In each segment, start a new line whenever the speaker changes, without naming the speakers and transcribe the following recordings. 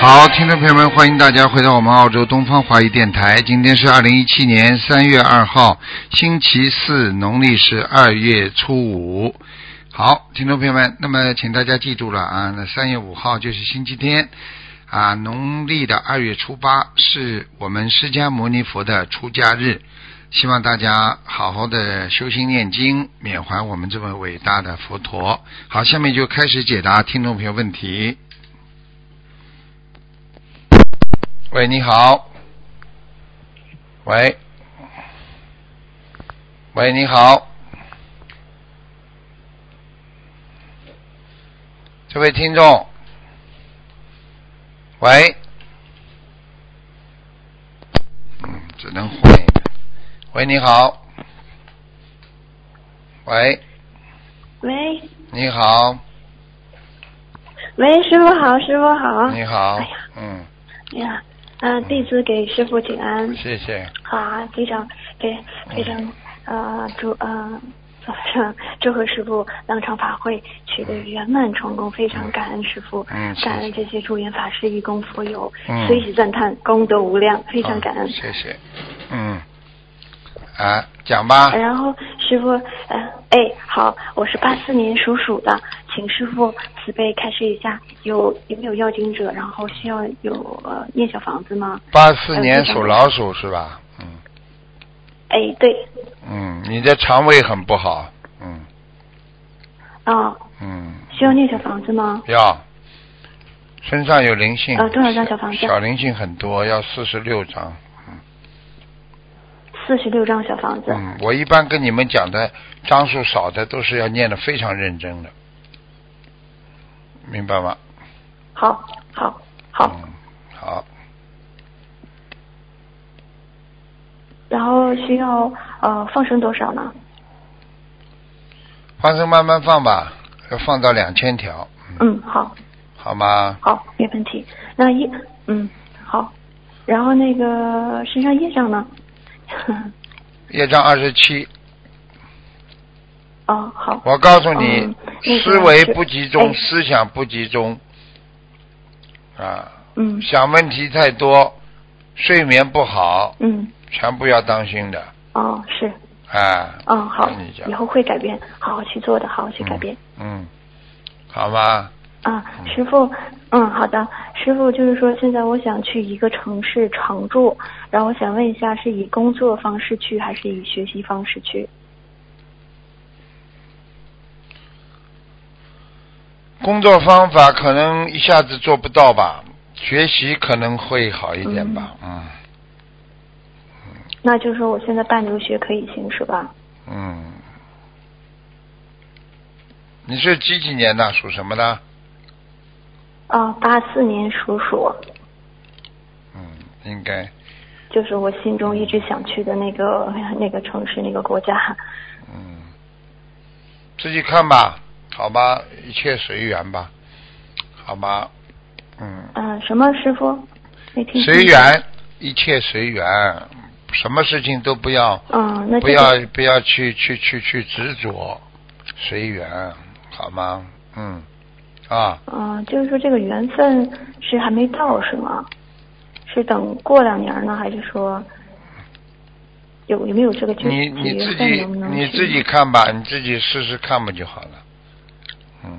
好，听众朋友们，欢迎大家回到我们澳洲东方华语电台。今天是二零一七年三月二号，星期四，农历是二月初五。好，听众朋友们，那么请大家记住了啊，那三月五号就是星期天啊，农历的二月初八是我们释迦牟尼佛的出家日。希望大家好好的修心念经，缅怀我们这位伟大的佛陀。好，下面就开始解答听众朋友问题。喂，你好。喂，喂，你好。这位听众，喂，嗯，只能换一个。喂，你好。喂，
喂
你好，
喂，师傅好，师傅好。
你好
哎呀，
嗯，
哎呀，嗯、弟子给师傅请安。
谢谢，嗯
啊，非常非非常呃祝呃早上祝贺师傅当场法会取得圆满成功，非常感恩师傅，
嗯谢
感恩
谢
这些助缘法师、义工、佛友，
嗯
随喜赞叹，功德无量，非常感恩。
嗯谢谢，嗯，啊，讲吧，
呃然后师傅，呃，哎，好，我是八四年属鼠的，请师傅慈悲开示一下，有有没有要经者，然后需要有呃念小房子吗？
八四年属老鼠是吧？嗯
哎，对，
嗯，你的肠胃很不好，嗯
啊、
嗯，
需要念小房子吗？
要身上有灵性，
呃多少张小房子
小灵性很多，要四十六张。
四十六张小房子。
嗯，我一般跟你们讲的张数少的都是要念的非常认真的，明白吗？
好，好，好。
嗯，好，
然后需要呃放生多少呢？
嗯放生慢慢放吧，要放到两千条，
嗯，好，
好吗？
好，没问题。那业，嗯，好。然后那个身上业障呢？
业障二十七，
哦，好。
我告诉你，
嗯那个哎
思维不集中，
是
思想不集中，啊，
嗯
想问题太多，睡眠不好，
嗯，
全部要当心的，
哦，是，
啊，
哦，好
跟你，讲
以后会改变，好好去做的，好好去改变。
嗯，好吗？
啊，师傅，嗯，好的，师傅就是说，现在我想去一个城市常住，然后我想问一下，是以工作方式去，还是以学习方式去？
工作方法可能一下子做不到吧，学习可能会好一点吧，嗯
那就是说，我现在办留学可以行是吧？
嗯。你是几几年的？属什么的？
啊，八四年属鼠，
嗯，应该
就是我心中一直想去的那个 那个城市那个国家。
嗯，自己看吧，好吧，一切随缘吧，好吧，嗯，
嗯、什么师傅？没听清
随。缘，一切随缘，什么事情都不要，
嗯，那这
不
个
要不要去去去去执着，随缘，好吗？嗯，啊，
嗯、就是说这个缘分是还没到是吗？是等过两年呢，还是说有有没有这个就
你
几
你
月
自
份
己
能不能
你
去
自己看吧，你自己试试看吧就好了，嗯。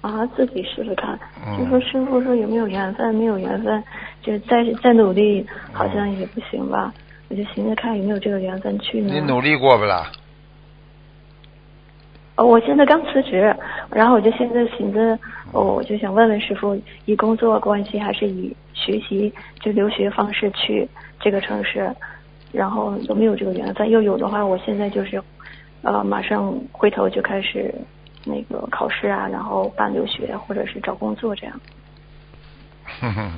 啊，自己试试看。
嗯
就说师傅说有没有缘分，没有缘分，就再再努力，好
嗯
像也不行吧。我就寻思看有没有这个缘分去呢。
你努力过不啦？
哦，我现在刚辞职，然后我就现在寻思，我、我就想问问师傅，以工作关系还是以学习就留学方式去这个城市，然后有没有这个缘分？要有的话，我现在就是，呃，马上回头就开始那个考试啊，然后办留学或者是找工作这样。
哼哼，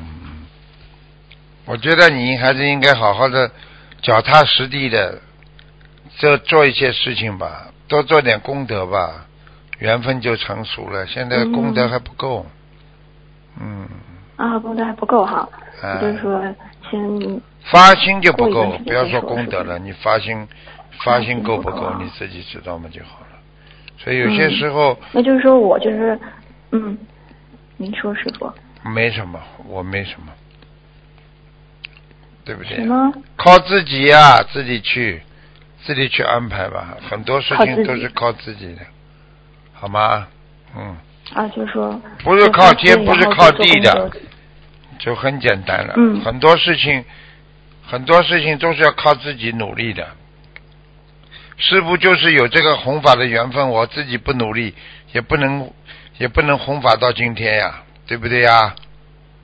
我觉得你还是应该好好的脚踏实地的，这做一些事情吧，多做点功德吧，缘分就成熟了。现在
嗯
功德还不够，嗯，
啊，工作还不够哈，
哎
就是说先
发心就不
过一
够
段时，间
不要
再
说
说
功德
是吧
了，你发心发
发
心
心
够
不
不
够
够
啊，
你自己知道吗就好了。所以有些
嗯
时候，
那就是说我就是，嗯，您说师傅
没什么，我没什么，对不对
什？么？
靠自己呀、自己去，自己去安排吧。很多事
靠自
情
己
都是靠自己的，好吗？嗯，
啊，就是说
不是靠天
就是
不是
然后
靠
就做
地
工
的
作
就很简单了。
嗯
很多事情，很多事情都是要靠自己努力的。师傅就是有这个弘法的缘分，我自己不努力，也不能，也不能弘法到今天呀，对不对呀？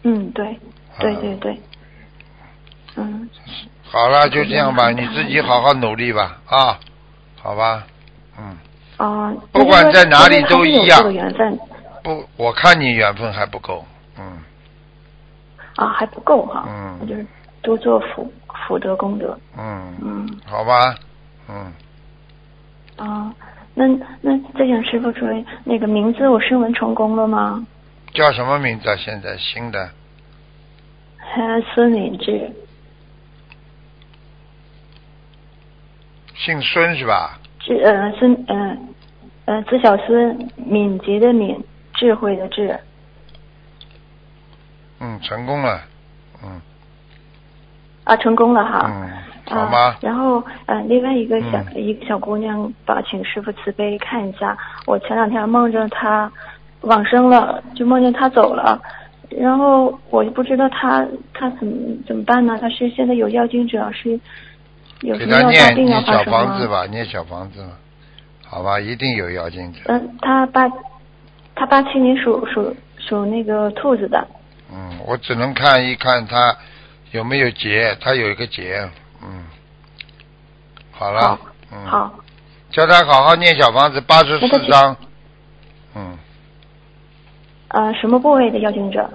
嗯，对，对
啊
对对，嗯，
好了，就这样吧，你自己好好努力吧，啊，好吧，嗯，
啊、
不管在哪里都一样
因为他是有这个缘分
不，我看你缘分还不够，嗯，
啊，还不够哈。
嗯
那就是多做福福德功德。
嗯，
嗯
好吧，嗯，
啊，那那再请师傅注意，那个名字我申文成功了吗？
叫什么名字啊？现在新的
还呃孙敏智
姓孙是吧？
智呃孙呃呃子小孙敏捷的敏智慧的智
嗯，成功了，嗯
啊成功了哈。
嗯，
啊，
好吗？
然后，呃，另外一个小、
嗯
一个小姑娘吧，请师傅慈悲看一下。我前两天梦着她往生了，就梦见她走了，然后我就不知道她她怎么怎么办呢？她是现在有药精者，是有
给他
什么啊药大
念
病要
念
发
小
生
房子
吗？
吧，念小房子吧，好吧，一定有妖精者，
嗯，她八她八七年属属属那个兔子的
嗯，我只能看一看他有没有结，他有一个结，嗯，好了
好，
嗯，
好，
叫他好好念小房子八十
那他
四
就
章，嗯，
呃，什么部位的药精者？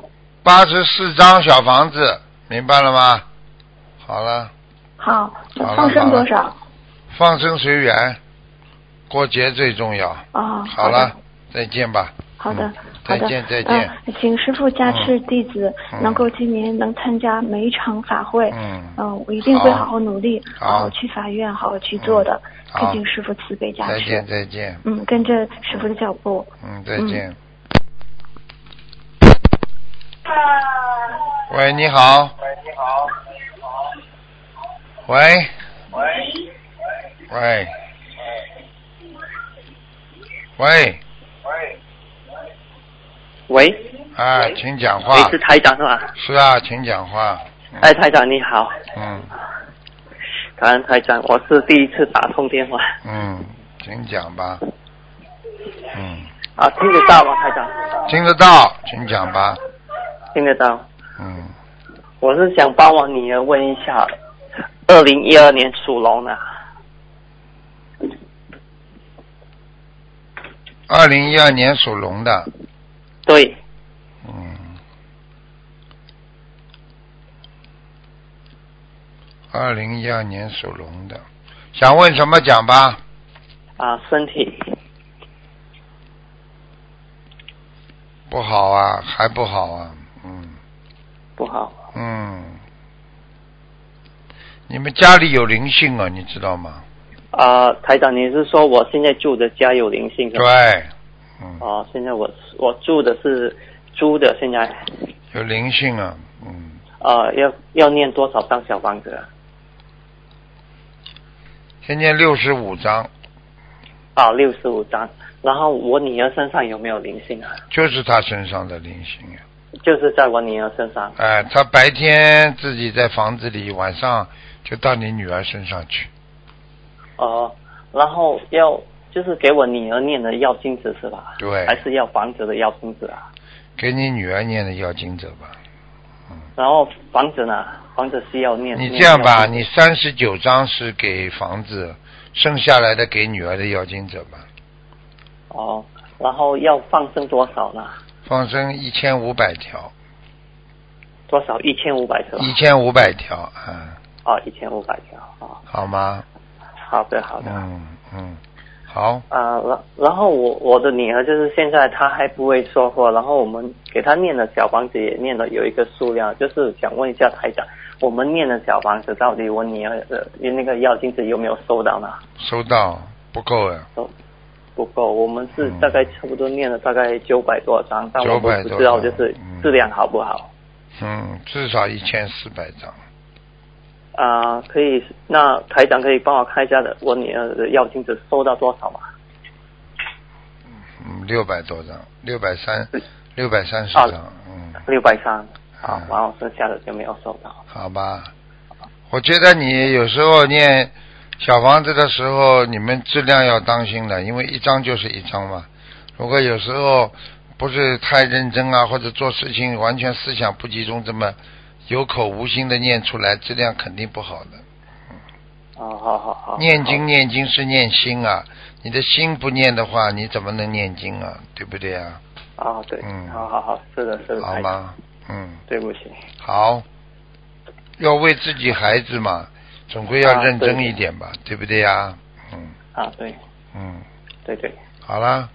八十四章小房子，明白了吗？好了，
好，
好了
放生
好了
多少？
放生随缘，过节最重要。
啊、
好
的
了，再见吧。
好的
嗯，
好的，
再见，再见。
呃请师傅加持弟子、
嗯
能够今年能参加每一场法会。
嗯
呃我一定会
好
好好努力，
好嗯
好好去法院，好好去做的。
好
恳请啊师傅慈悲加
再
持
见，。再见。
嗯，跟着师傅的脚步。
嗯，再
嗯
见。喂，你好。呃喂，你好。喂。喂。喂。喂，
喂，
啊，请讲
你
话
是。台长是吧？
是啊，请讲话。
哎，台长你好，
嗯
感恩台长，我是第一次打通电话
嗯，请讲吧。嗯，
啊，听得到吗？台长，
听得到，请讲吧。
听得到。
嗯，
我是想帮我女儿问一下，二零一二年属龙的，
二零一二年属龙的。
对，
嗯，二零一二年属龙的，想问什么讲吧？
啊，身体
不好啊，还不好啊，嗯
不好，
嗯，你们家里有灵性啊，你知道吗？
啊，台长，你是说我现在住的家有灵性是吧？
对，啊嗯，
哦、现在我我住的是租的，现在
有灵性啊，嗯，
呃，要要念多少张小房子啊？
先念六十五章，
啊，六十五张。然后我女儿身上有没有灵性啊？
就是他身上的灵性啊。
就是在我女儿身上。
哎，他白天自己在房子里，晚上就到你女儿身上去。
哦、然后要就是给我女儿念的药精子是吧？
对
还是要房子的药精子啊？
给你女儿念的要经者吧。
然后房子呢？房子是要念。
你这样吧，
念药
你三十九章是给房子，剩下来的给女儿的要经者吧。
精子哦、然后要放生多少呢？
放生一千五百条，
多少？一千五百条。
一千五百条啊，
哦，一千五百条。哦，
好吗？
好的好的。
嗯嗯，好，
啊，然然后我我的女儿就是现在她还不会说话，然后我们给她念的小房子也念了有一个数量，就是想问一下台长，我们念的小房子到底呃我女儿的那个药精子有没有收到呢？
收到，不够啊，
收不够，我们是嗯大概差不多念了大概九百多张，但我
900
们
多
不知道就是
张嗯
质量好不好
嗯，至少一千四百张。
啊、可以，那台长可以帮我看一下的，我女儿的药精子收到多少吗？
嗯，六百多张，六百三
嗯，
六百三十
啊
张，嗯，
六百三，好
嗯，
然后剩下的就没有收到。
好吧。我觉得你有时候念小房子的时候，你们质量要当心了，因为一张就是一张嘛。如果有时候不是太认真啊，或者做事情完全思想不集中，这么有口无心的念出来，质量肯定不好的。
哦，好好好。啊
念经
好。
念经是念心啊，你的心不念的话，你怎么能念经啊？对不对啊？
哦，对，
嗯
好好好，是的，是的，
好
台长，
吗？嗯。
对不起。
好，要为自己孩子嘛，总归要
啊
认真
对
一点吧，对不对呀？嗯
啊，对，
嗯，
对对。
好啦，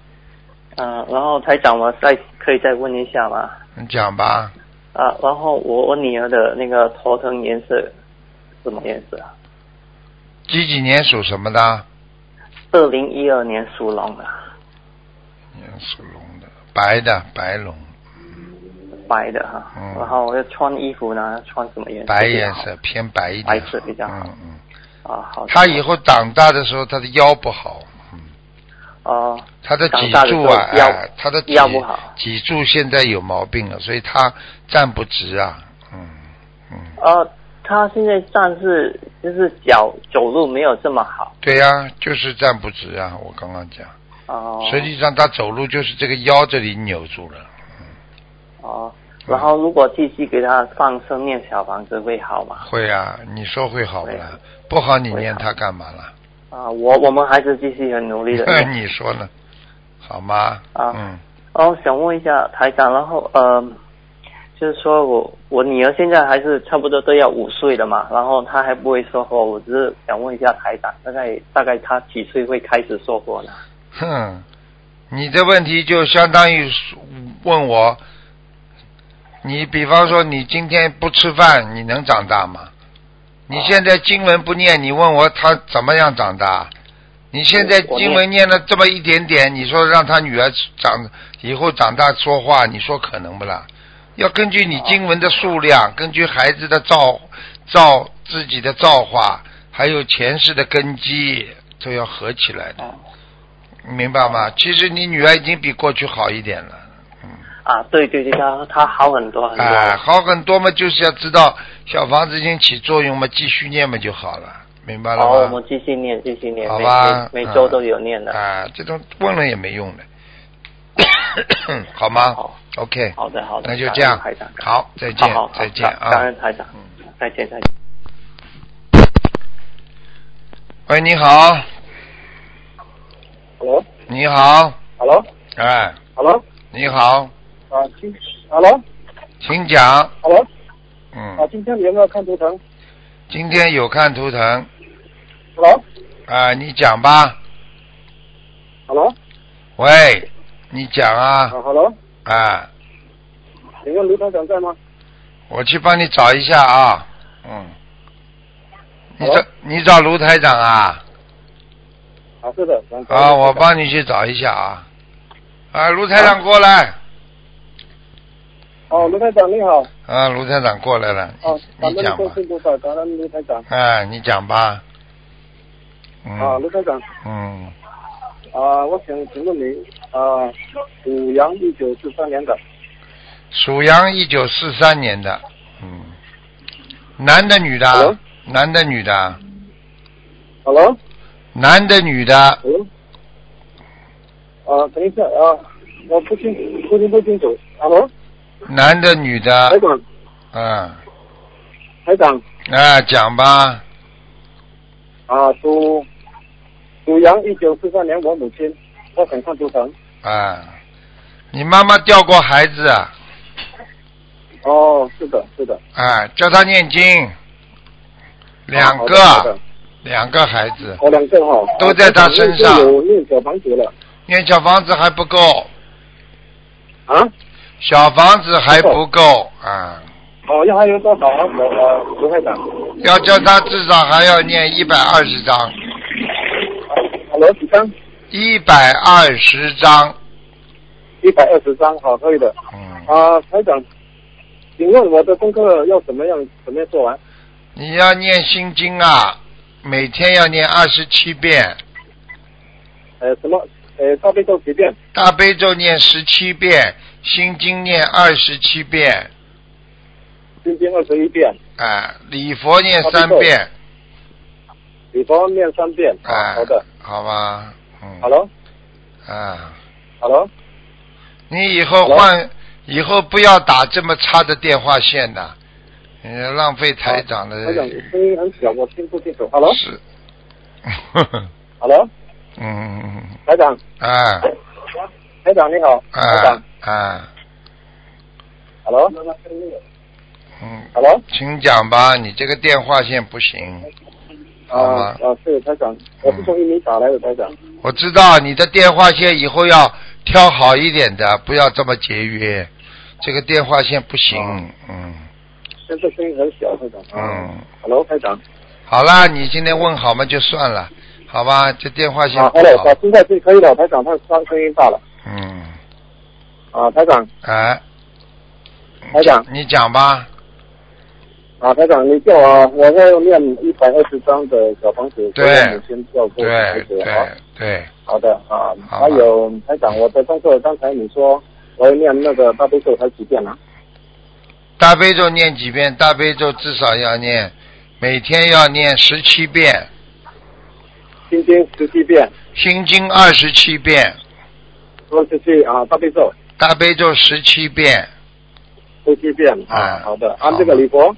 嗯、然后台长，我再可以再问一下吗？
你讲吧，
啊，然后我我女儿的那个头疼颜色什么颜色啊？
几几年属什么的？
二零一二年属龙的，
嗯属龙的，白的白龙，
白的哈。
嗯
然后要穿衣服呢，穿什么颜色？
白颜。色偏白一点，
白色比较好
嗯嗯，
啊，好的。
他以后长大的时候，他的腰不好，嗯，
哦、
他的脊
长大的时
柱
候
啊，
腰
哎，他的脊
腰不好
脊柱现在有毛病了，所以他站不直啊，嗯嗯，
哦，她现在站是就是脚走路没有这么好。
对呀、就是站不直啊，我刚刚讲。
哦、
实际上他走路就是这个腰这里扭住了，
哦，
嗯
然后如果继续给他放生念小房子会好吗？
会啊，你说会好不
会
啦
啊？
不好你
会
念
好
他干嘛啦？
啊，我我们还是继续很努力的念。
你说呢？好吗？
啊
嗯，
然后想问一下台长，然后呃，就是说我我女儿现在还是差不多都要五岁了嘛，然后她还不会说话，我只是想问一下台长，大概大概她几岁会开始说话呢？
哼，你这问题就相当于问我，你比方说你今天不吃饭，你能长大吗？你
哦
现在经文不念，你问我他怎么样长大？你现在
我我
经文念了这么一点点，你说让他女儿长以后长大说话，你说可能不啦？要根据
哦
你经文的数量，根据孩子的造造自己的造化，还有前世的根基，都要合起来的，
哦
明白吗？其实你女儿已经比过去好一点了。
啊，对对对，她她好很多很多。
哎、好很多嘛，就是要知道小房子已经起作用嘛，继续念嘛就好了，明白了
好，哦我
吗？
们继续念，继续念，
好
每
吧
每每周
嗯
都有念的。
啊，这种问了也没用 的，好吗
好
？OK，
好的好的，
那就这样
感恩台长，感恩
好，再见
好好，好
再见
感感
啊！
恩台长，再见再见。
喂，你好，
Hello，Hello，Hello，
你好，哎，你好，
啊，今 Hello，Hello，
请讲，嗯
啊，，今天你有没有看图腾
今天有看图腾
？Hello，Hello，
啊，你讲吧，喂，你讲啊，
啊，Hello，
啊，
请问卢团长在吗？
我去帮你找一下啊，嗯，你找
好
你找卢台长啊，
啊，是的，感谢
啊，
卢
我
台长
帮你去找一下啊，啊，卢台长过来，
哦，卢台长你好，
啊，卢台长过来了，
哦，
你
感
你讲吧
恩观，世菩萨，感恩卢台长。
哎，你讲吧，
啊，
嗯
卢台长，
嗯，
啊，我想请问你，啊，五羊一九四三年的，
属羊一九四三年的，嗯，男的女的啊
Hello？，
男的女的啊，
Hello，Hello，
男的女的，
啊，等一下啊，我不清不清不清楚，Hello，
男的女的
台，长，
嗯，
台长，
啊，讲吧，
啊，属属羊一九四三年，我母亲，我想看图腾。
啊，你妈妈掉过孩子啊。
哦，是的，是的。
啊，叫他念经，两个、
哦好的好的
两个孩子
哦，两个哈、
都在他身上
我有念小房子了
念小房子还不够，
啊？
小房子还不够啊，
哦，要还有多少啊？我呃，卢会长
要叫他至少还要念一百二十章，
，Hello，几张？
一百二十张，
一百二十张，好，可以的。
嗯，
啊，台长，请问我的功课要怎么样怎么样做完？
你要念心经啊，每天要念二十七遍，
呃，什么？呃，大悲咒几遍？
大悲咒念十七遍，心经念二十七遍，
心经二十一遍，
啊，礼佛念三
大悲咒
遍，
礼佛念三遍。
啊，
好的。，
好吧，嗯，
Hello，Hello，
啊，你以后
Hello？
换，以后不要打这么差的电话线呐，嗯，浪费台长的
台长，你声音很小，我听不清楚。Hello，Hello，
是， 嗯，
台长，
啊
台长你好，台
啊
长
啊，
，Hello，Hello，
嗯，请讲吧，你这个电话线不行，好
啊
吗？
啊，是台长，我是从印尼打来的，台长。
我知道你的电话线以后要挑好一点的，不要这么节约，这个电话线不
哦
行，嗯
现在声音很小，台长。啊
嗯。
Hello，台长。
好啦，你今天问好嘛就算了，好吧？这电话线
啊
不
，Hello，
好
啊，，现在是可以了，台长，他他声音大了。
嗯，
啊，台长，
哎，
台长
你讲吧，
啊，台长，你叫我，我要念一百二十张的小房子，
对
给我母亲照顾孩
对
子
对
啊。
对，
好的啊，
好
还有台长，我的功课刚才你说我要念那个大悲咒还几遍啊？
大悲咒念几遍？大悲咒至少要念，每天要念十七遍，
今天十七遍，
心经二十七遍，
说这些啊大悲咒
大悲咒十七遍，
十七遍
啊
啊。好的，
好
按这个礼佛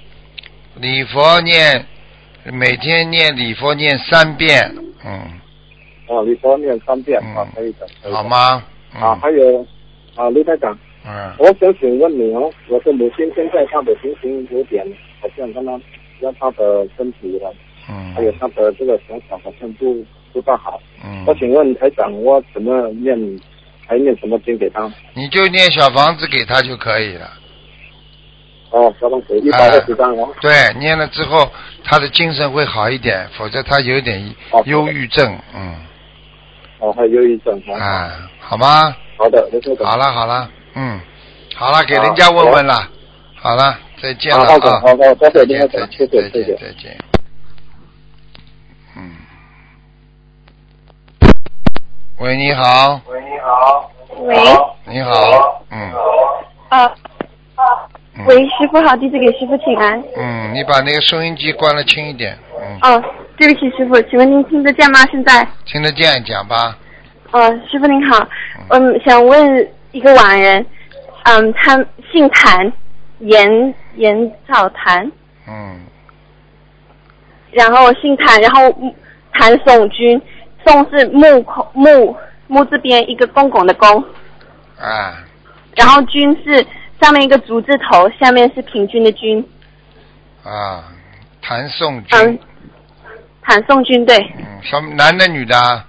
礼佛念，每天念礼佛念三遍，嗯，
啊，礼佛念三遍啊
嗯，
可以的，可以的
好？吗？
啊，
嗯
还有啊，卢台长。
嗯，
我想请问你哦，我的母亲现在她的情形有点，好像她呢，让她的身体了，还有
嗯
她的这个想法好像不不大好。
嗯，
我请问台长，我怎么念，还念什么经给她？
你就念小房子给他就可以了。
哦，小
哎
王子一百二十张哦。
对，念了之后，他的精神会好一点，否则他有点
哦
忧郁症，嗯，
哦，还有忧郁症哦。
啊，好吗？
好的，卢台长。
好
了，
了好了，嗯，好了，给
啊
人家问问了，好了，再见了
好好的，
啊，
好的，多谢
再
卢
见
台
再
长，谢
见再
谢谢
见
谢。
再见，嗯，喂，你好，
喂，
你好，嗯
呃，
嗯
喂，师傅好，弟子给师傅请安。
嗯，你把那个收音机关了轻一点，嗯，
哦，对不起，师傅，请问您听得见吗？现在？
听得见讲吧，
呃，师傅您好，嗯，想问一个网人，嗯，他姓谭，严严草谭，
嗯，
然后姓谭，然后木谭耸军，宋是木口木木字边一个公公的公，
啊，
然后军是上面一个竹字头，下面是平均的均，
啊，谭颂君。
嗯，谭宋军对，
嗯，什么男的女的啊？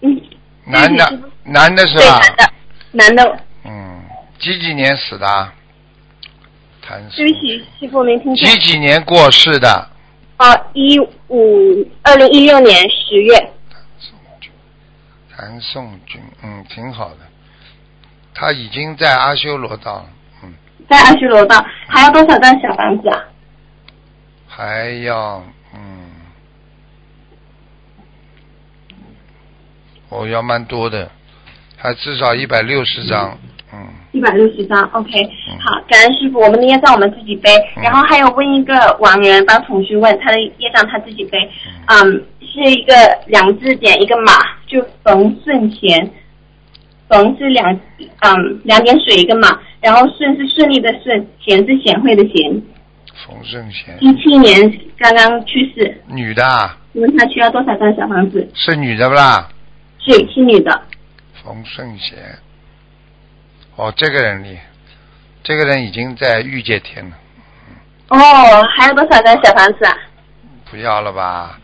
嗯。
男的
对，
男的是
对，
吧？
男的，男的，
嗯，几几年死的啊？谭松
对不起，师傅没听
几
见。
几年过世的？
哦，一五二零一六年十月，
谭颂君，嗯，挺好的。他已经在阿修罗道了，嗯，
在阿修罗道，还要多少张小房子啊？
还要，嗯，我要蛮多的，还至少一百六十张，嗯，
一百六十张，OK，
嗯
好，感恩师傅，我们的业障我们自己背。
嗯
然后还有问一个网人帮同学问他的业障他自己背，嗯，是一个两字点一个马，就冯顺前，冯是两嗯两点水一个马，然后顺是顺利的顺，贤是贤惠的贤，
冯圣贤，
一七年刚刚去世，
女的啊，
请问他需要多少张小房子？
是女的不啦？
是是女的，
冯圣贤，哦，这个人厉害，这个人已经在御界天了，
哦，还有多少张小房子啊？
不要了吧？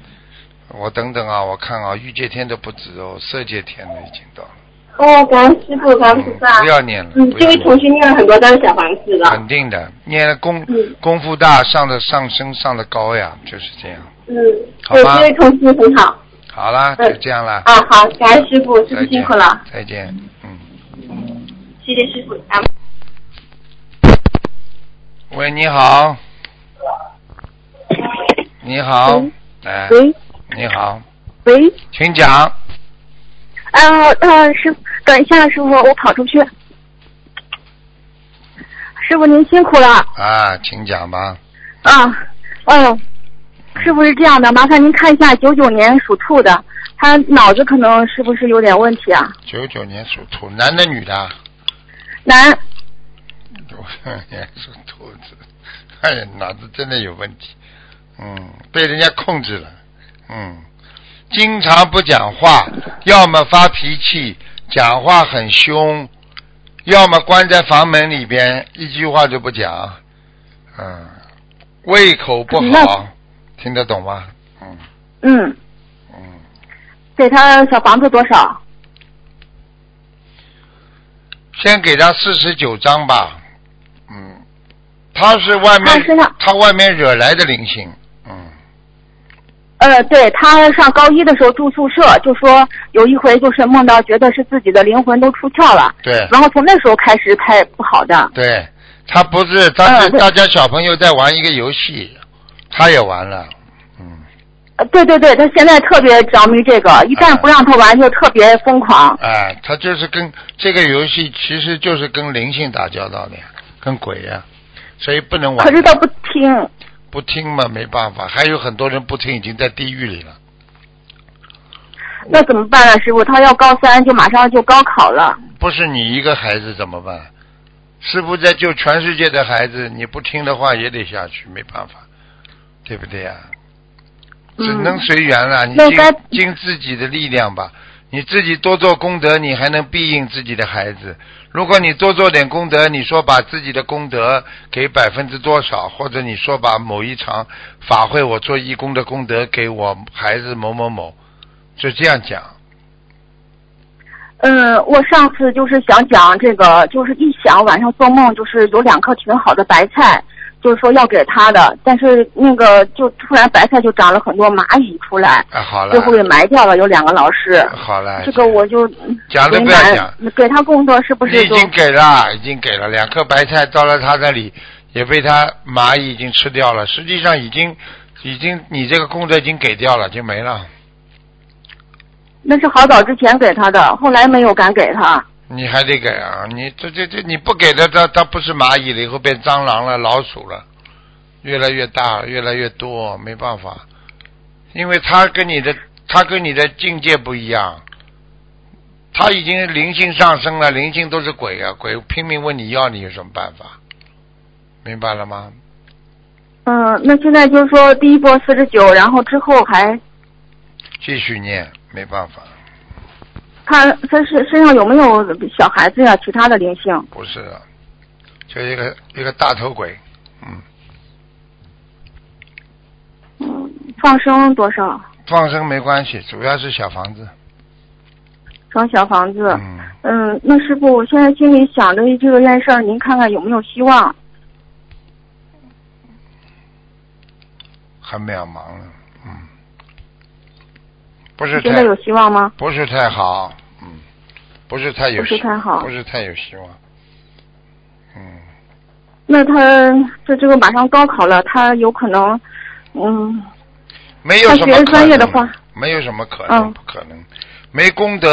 我等等啊，我看啊，御界天都不止哦，色界天了已经到了，
哦，感恩师傅，感恩菩
嗯、
萨
不。要念了，
嗯，
不
这
要
位同
念。
学念了很多张小房子了。
肯定的，念了功
嗯
功夫大，上的上升上的高呀，就是这样，
嗯，
好
对，
吧
这位同学很好。
好啦，就这样啦，
啊，好，感恩师傅，师
再
傅辛
见
苦了，，
再见，嗯。
谢谢师傅啊。
喂，你好。你好
喂，
哎，
喂
你好，
喂，
请讲。
呃
啊啊，师傅，等一下，师傅，我跑出去。师傅您辛苦了
啊，请讲吧。
啊，哦，师傅是这样的，麻烦您看一下九九年属兔的，他脑子可能是不是有点问题啊？
九九年属兔，男的女的啊？
男，
九九年属兔子，哎呀，脑子真的有问题。嗯，被人家控制了。嗯，经常不讲话，要么发脾气，讲话很凶，要么关在房门里边，一句话就不讲。嗯，胃口不好，听得懂吗？嗯
嗯，
嗯，
给他小房子多少？
先给他四十九张吧。嗯，他是外
他身
面
上
他外面惹来的灵性。嗯。
呃，对他上高一的时候住宿舍，就说有一回就是梦到觉得是自己的灵魂都出窍了，
对
然后从那时候开始开始不好的，
对，他不是，他是
嗯对
大家小朋友在玩一个游戏，他也玩了，嗯，
呃，对对对，他现在特别着迷这个，一旦不让他玩就特别疯狂。
哎，他就是跟这个游戏其实就是跟灵性打交道的呀，跟鬼呀，所以不能玩
可，是他不听，
不听嘛没办法，还有很多人不听已经在地狱里了。
那怎么办啊呢？师傅，他要高三就马上就高考了。
不是你一个孩子怎么办？师傅在救全世界的孩子，你不听的话也得下去，没办法，对不对呀、只
嗯
能随缘啊了，你
那
尽
该
尽自己的力量吧。你自己多做功德，你还能庇应自己的孩子。如果你多做点功德，你说把自己的功德给百分之多少，或者你说把某一场法会我做义工的功德给我孩子某某某，就这样讲。
嗯，我上次就是想讲这个，就是一想晚上做梦，就是有两颗挺好的白菜，就是说要给他的，但是那个就突然白菜就长了很多蚂蚁出来，
啊，好了
最，后给埋掉了，有两个老师。
好了，
这个我就嗯
讲都
为
不要
难
讲，
给他工作是不
你
是
已
就
经给了，已经给了两颗白菜到了他那里，也被他蚂蚁已经吃掉了。实际上已经，已经你这个功德已经给掉了，就没了。
那是好早之前给他的，后来没有敢给他。
你还得给啊！你这这这你不给的，它它不是蚂蚁了，以后变蟑螂了、老鼠了，越来越大，越来越多，没办法，因为它跟你的它跟你的境界不一样，它已经灵性上升了，灵性都是鬼啊，鬼拼命问你要，你有什么办法？明白了吗？
嗯，那现在就是说第一波四十九，然后之后还
继续念，没办法，
看他身身上有没有小孩子呀、其他的灵性？
不是的，就一个一个大头鬼，嗯，
嗯，放生多少？
放生没关系，主要是小房子，
装小房子。
嗯。
嗯，那师傅，我现在心里想着这个件事儿，您看看有没有希望？
很渺茫了，嗯，不
你
是
觉
太
得有希望吗？
不是太好，嗯，不是太有
不是
希
太好
不是太有希望，嗯，
那他这这个马上高考了，他有可能，嗯，
没有
他
什
学
么可
专业
能，
的话
没有什么可能，
嗯
不可能，没功德，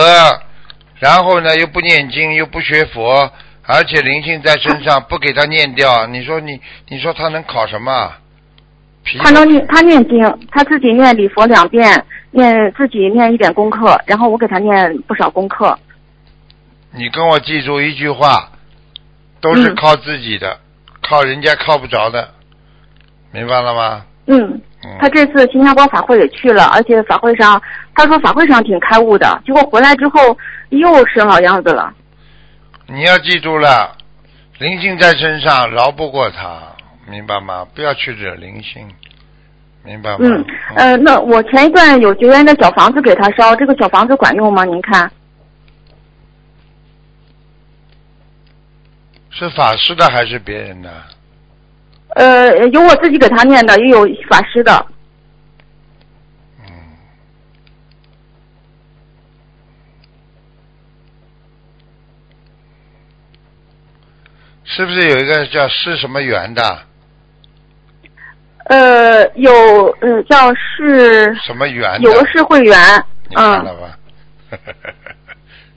然后呢又不念经，又不学佛，而且灵性在身上，不给他念掉，你说你你说他能考什么啊？皮
他能念他念经，他自己念礼佛两遍，念自己念一点功课，然后我给他念不少功课。
你跟我记住一句话，都是
嗯
靠自己的，靠人家靠不着的，明白了吗？
嗯，
嗯，
他这次新加坡法会也去了，而且法会上他说法会上挺开悟的，结果回来之后又是老样子了。
你要记住了，灵性在身上饶不过他，明白吗？不要去惹灵性，明白吗？
嗯，呃，那我前一段有学员的小房子给他烧，这个小房子管用吗？您看，
是法师的还是别人的？
呃，有我自己给他念的，也有法师的。
嗯，是不是有一个叫施什么元的？
呃，有呃叫是
什么元的？
有个是会员，
你看
嗯
了吧？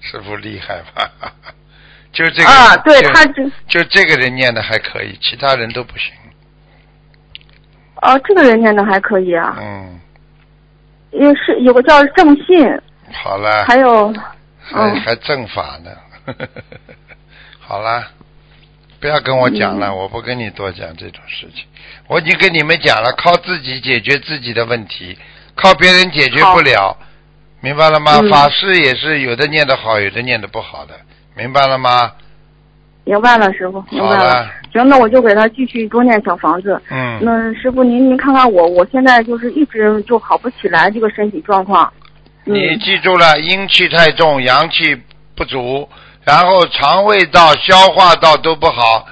师傅厉害吧？ 就这个
啊，对
就
他这
就这个人念的还可以，其他人都不行。
哦、这个人念的还可以啊，
嗯，
也是有个叫郑信，
好了，
还有
还
嗯
还正法呢。 好啦，不要跟我讲
嗯
了，我不跟你多讲这种事情。我已经跟你们讲了，靠自己解决自己的问题，靠别人解决不了，明白了吗？
嗯
法师也是有的念得好，有的念得不好的，明白了吗？
明白了，师傅，明
好
白了。
了，
行，那我就给他继续多念小房子。
嗯，
那师傅您您看看我，我现在就是一直就好不起来这个身体状况。嗯
你记住了，阴气太重，阳气不足，然后肠胃道、消化道都不好。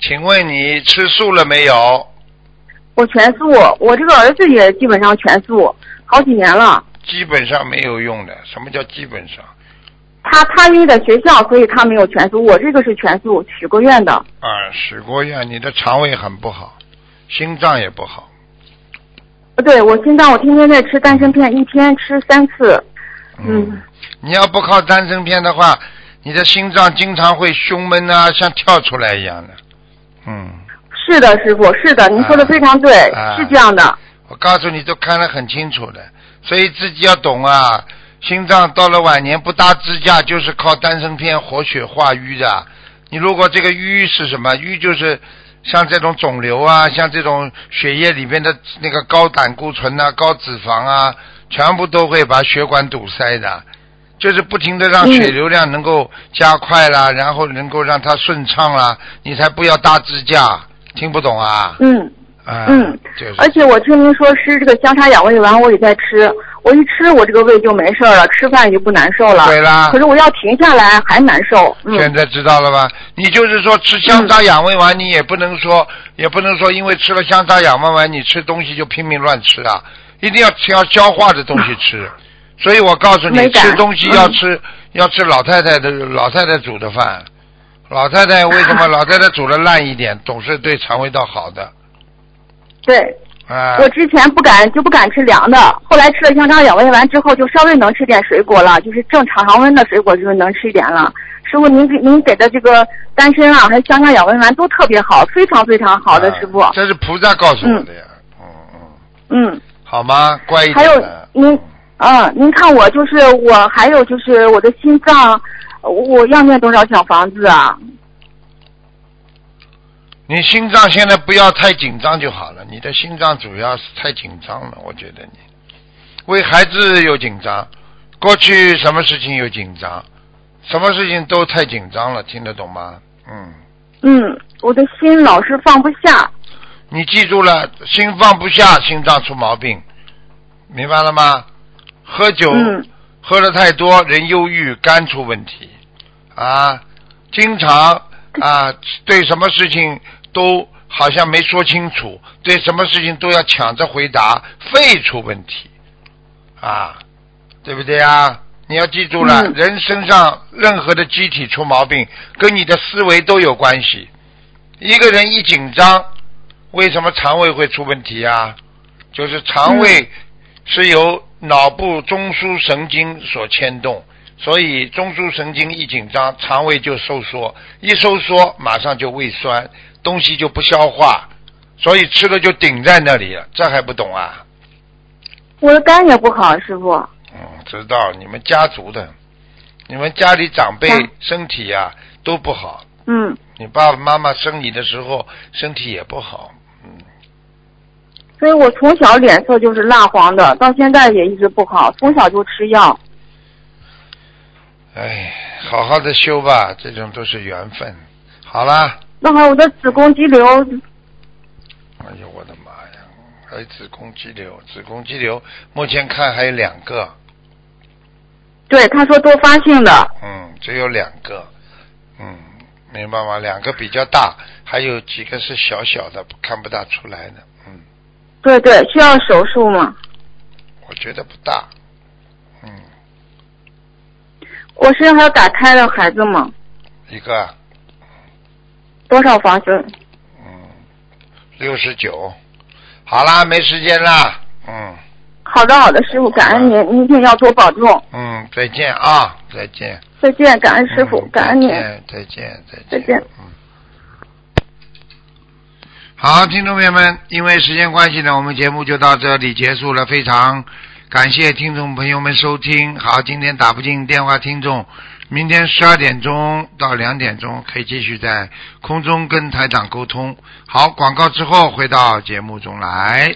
请问你吃素了没有？
我全素，我这个儿子也基本上全素，好几年了。
基本上没有用的。什么叫基本上？
他他因为在学校，所以他没有全素。我这个是全素，许过愿的。
啊，许过愿，你的肠胃很不好，心脏也不好。
呃对我心脏，我天天在吃丹参片，一天吃三次。嗯，
你要不靠丹参片的话，你的心脏经常会胸闷啊，像跳出来一样的。嗯，
是的，师傅，是的，您说的非常对，
啊
是这样的。
我告诉你，都看得很清楚的，所以自己要懂啊。心脏到了晚年不搭支架，就是靠丹参片活血化瘀的。你如果这个瘀是什么？瘀就是像这种肿瘤啊，像这种血液里面的那个高胆固醇啊、高脂肪啊，全部都会把血管堵塞的。就是不停的
嗯
让血流量能够加快啦，然后能够让它顺畅啦，你才不要搭支架。听不懂啊？
嗯，
啊，
嗯
就是。
而且我听您说吃这个香砂养胃丸，我也在吃。我一吃，我这个胃就没事儿了，吃饭也不难受了。
对啊啦
可是我要停下来还难受。嗯，
现在知道了吧？你就是说吃香砂养胃丸，你也不能说，也不能说因为吃了香砂养胃丸，你吃东西就拼命乱吃啊！一定要吃要消化的东西 吃。所以我告诉你
没，嗯敢
吃东西要吃、要吃老太太的老太太煮的饭。老太太为 什么老太太煮的烂一点，总是对肠胃道好的
对。
啊？
我之前不敢就不敢吃凉的，后来吃了香砂养胃丸之后，就稍微能吃点水果了，就是正常常温的水果就是能吃一点了。师傅，您给您给的这个丹参啊，还有香砂养胃丸都特别好，非常非常好的，
啊
师傅。
这是菩萨告诉我的呀。嗯嗯，
嗯。
好吗？乖一点
还有
的
您，嗯，您看我就是我，还有就是我的心脏，我要念多少小房子啊？
你心脏现在不要太紧张就好了，你的心脏主要是太紧张了，我觉得你为孩子有紧张，过去什么事情有紧张，什么事情都太紧张了，听得懂吗？嗯，
嗯，我的心老是放不下。
你记住了，心放不下，心脏出毛病，明白了吗？喝酒、
嗯
喝的太多，人忧郁，肝出问题啊，经常啊，对什么事情都好像没说清楚，对什么事情都要抢着回答，肺出问题啊，对不对啊？你要记住了，
嗯
人身上任何的机体出毛病，跟你的思维都有关系。一个人一紧张，为什么肠胃会出问题啊？就是
嗯
肠胃是由脑部中枢神经所牵动，所以中枢神经一紧张，肠胃就收缩，一收缩马上就胃酸，东西就不消化，所以吃了就顶在那里了，这还不懂啊？
我的肝也不好，师傅。
嗯，知道你们家族的，你们家里长辈
嗯
身体啊都不好，
嗯，
你爸爸妈妈生你的时候身体也不好，
所以我从小脸色就是蜡黄的，到现在也一直不好，从小就吃药。
哎，好好的修吧，这种都是缘分。好啦，
那还有我的子宫肌瘤，
哎呦我的妈呀，还有子宫肌瘤，子宫肌瘤目前看还有两个，
对他说多发性的。
嗯，只有两个，嗯，明白吗？两个比较大，还有几个是小小的，看不大出来的，嗯，
对对，需要手术吗？
我觉得不大，嗯，
我身上还有打胎的孩子吗？
一个啊
打多少房子？
嗯，六十九。好啦，没时间啦。嗯
好的，好的，师傅，感恩您，您一定要多保重。
嗯，再见啊，再见。
再见，感恩师傅
嗯，
感恩您。
再见，再见，
再见
嗯。好，听众朋友们，因为时间关系呢，我们节目就到这里结束了。非常感谢听众朋友们收听。好，今天打不进电话听众，明天十二点钟到两点钟可以继续在空中跟台长沟通。好，广告之后回到节目中来。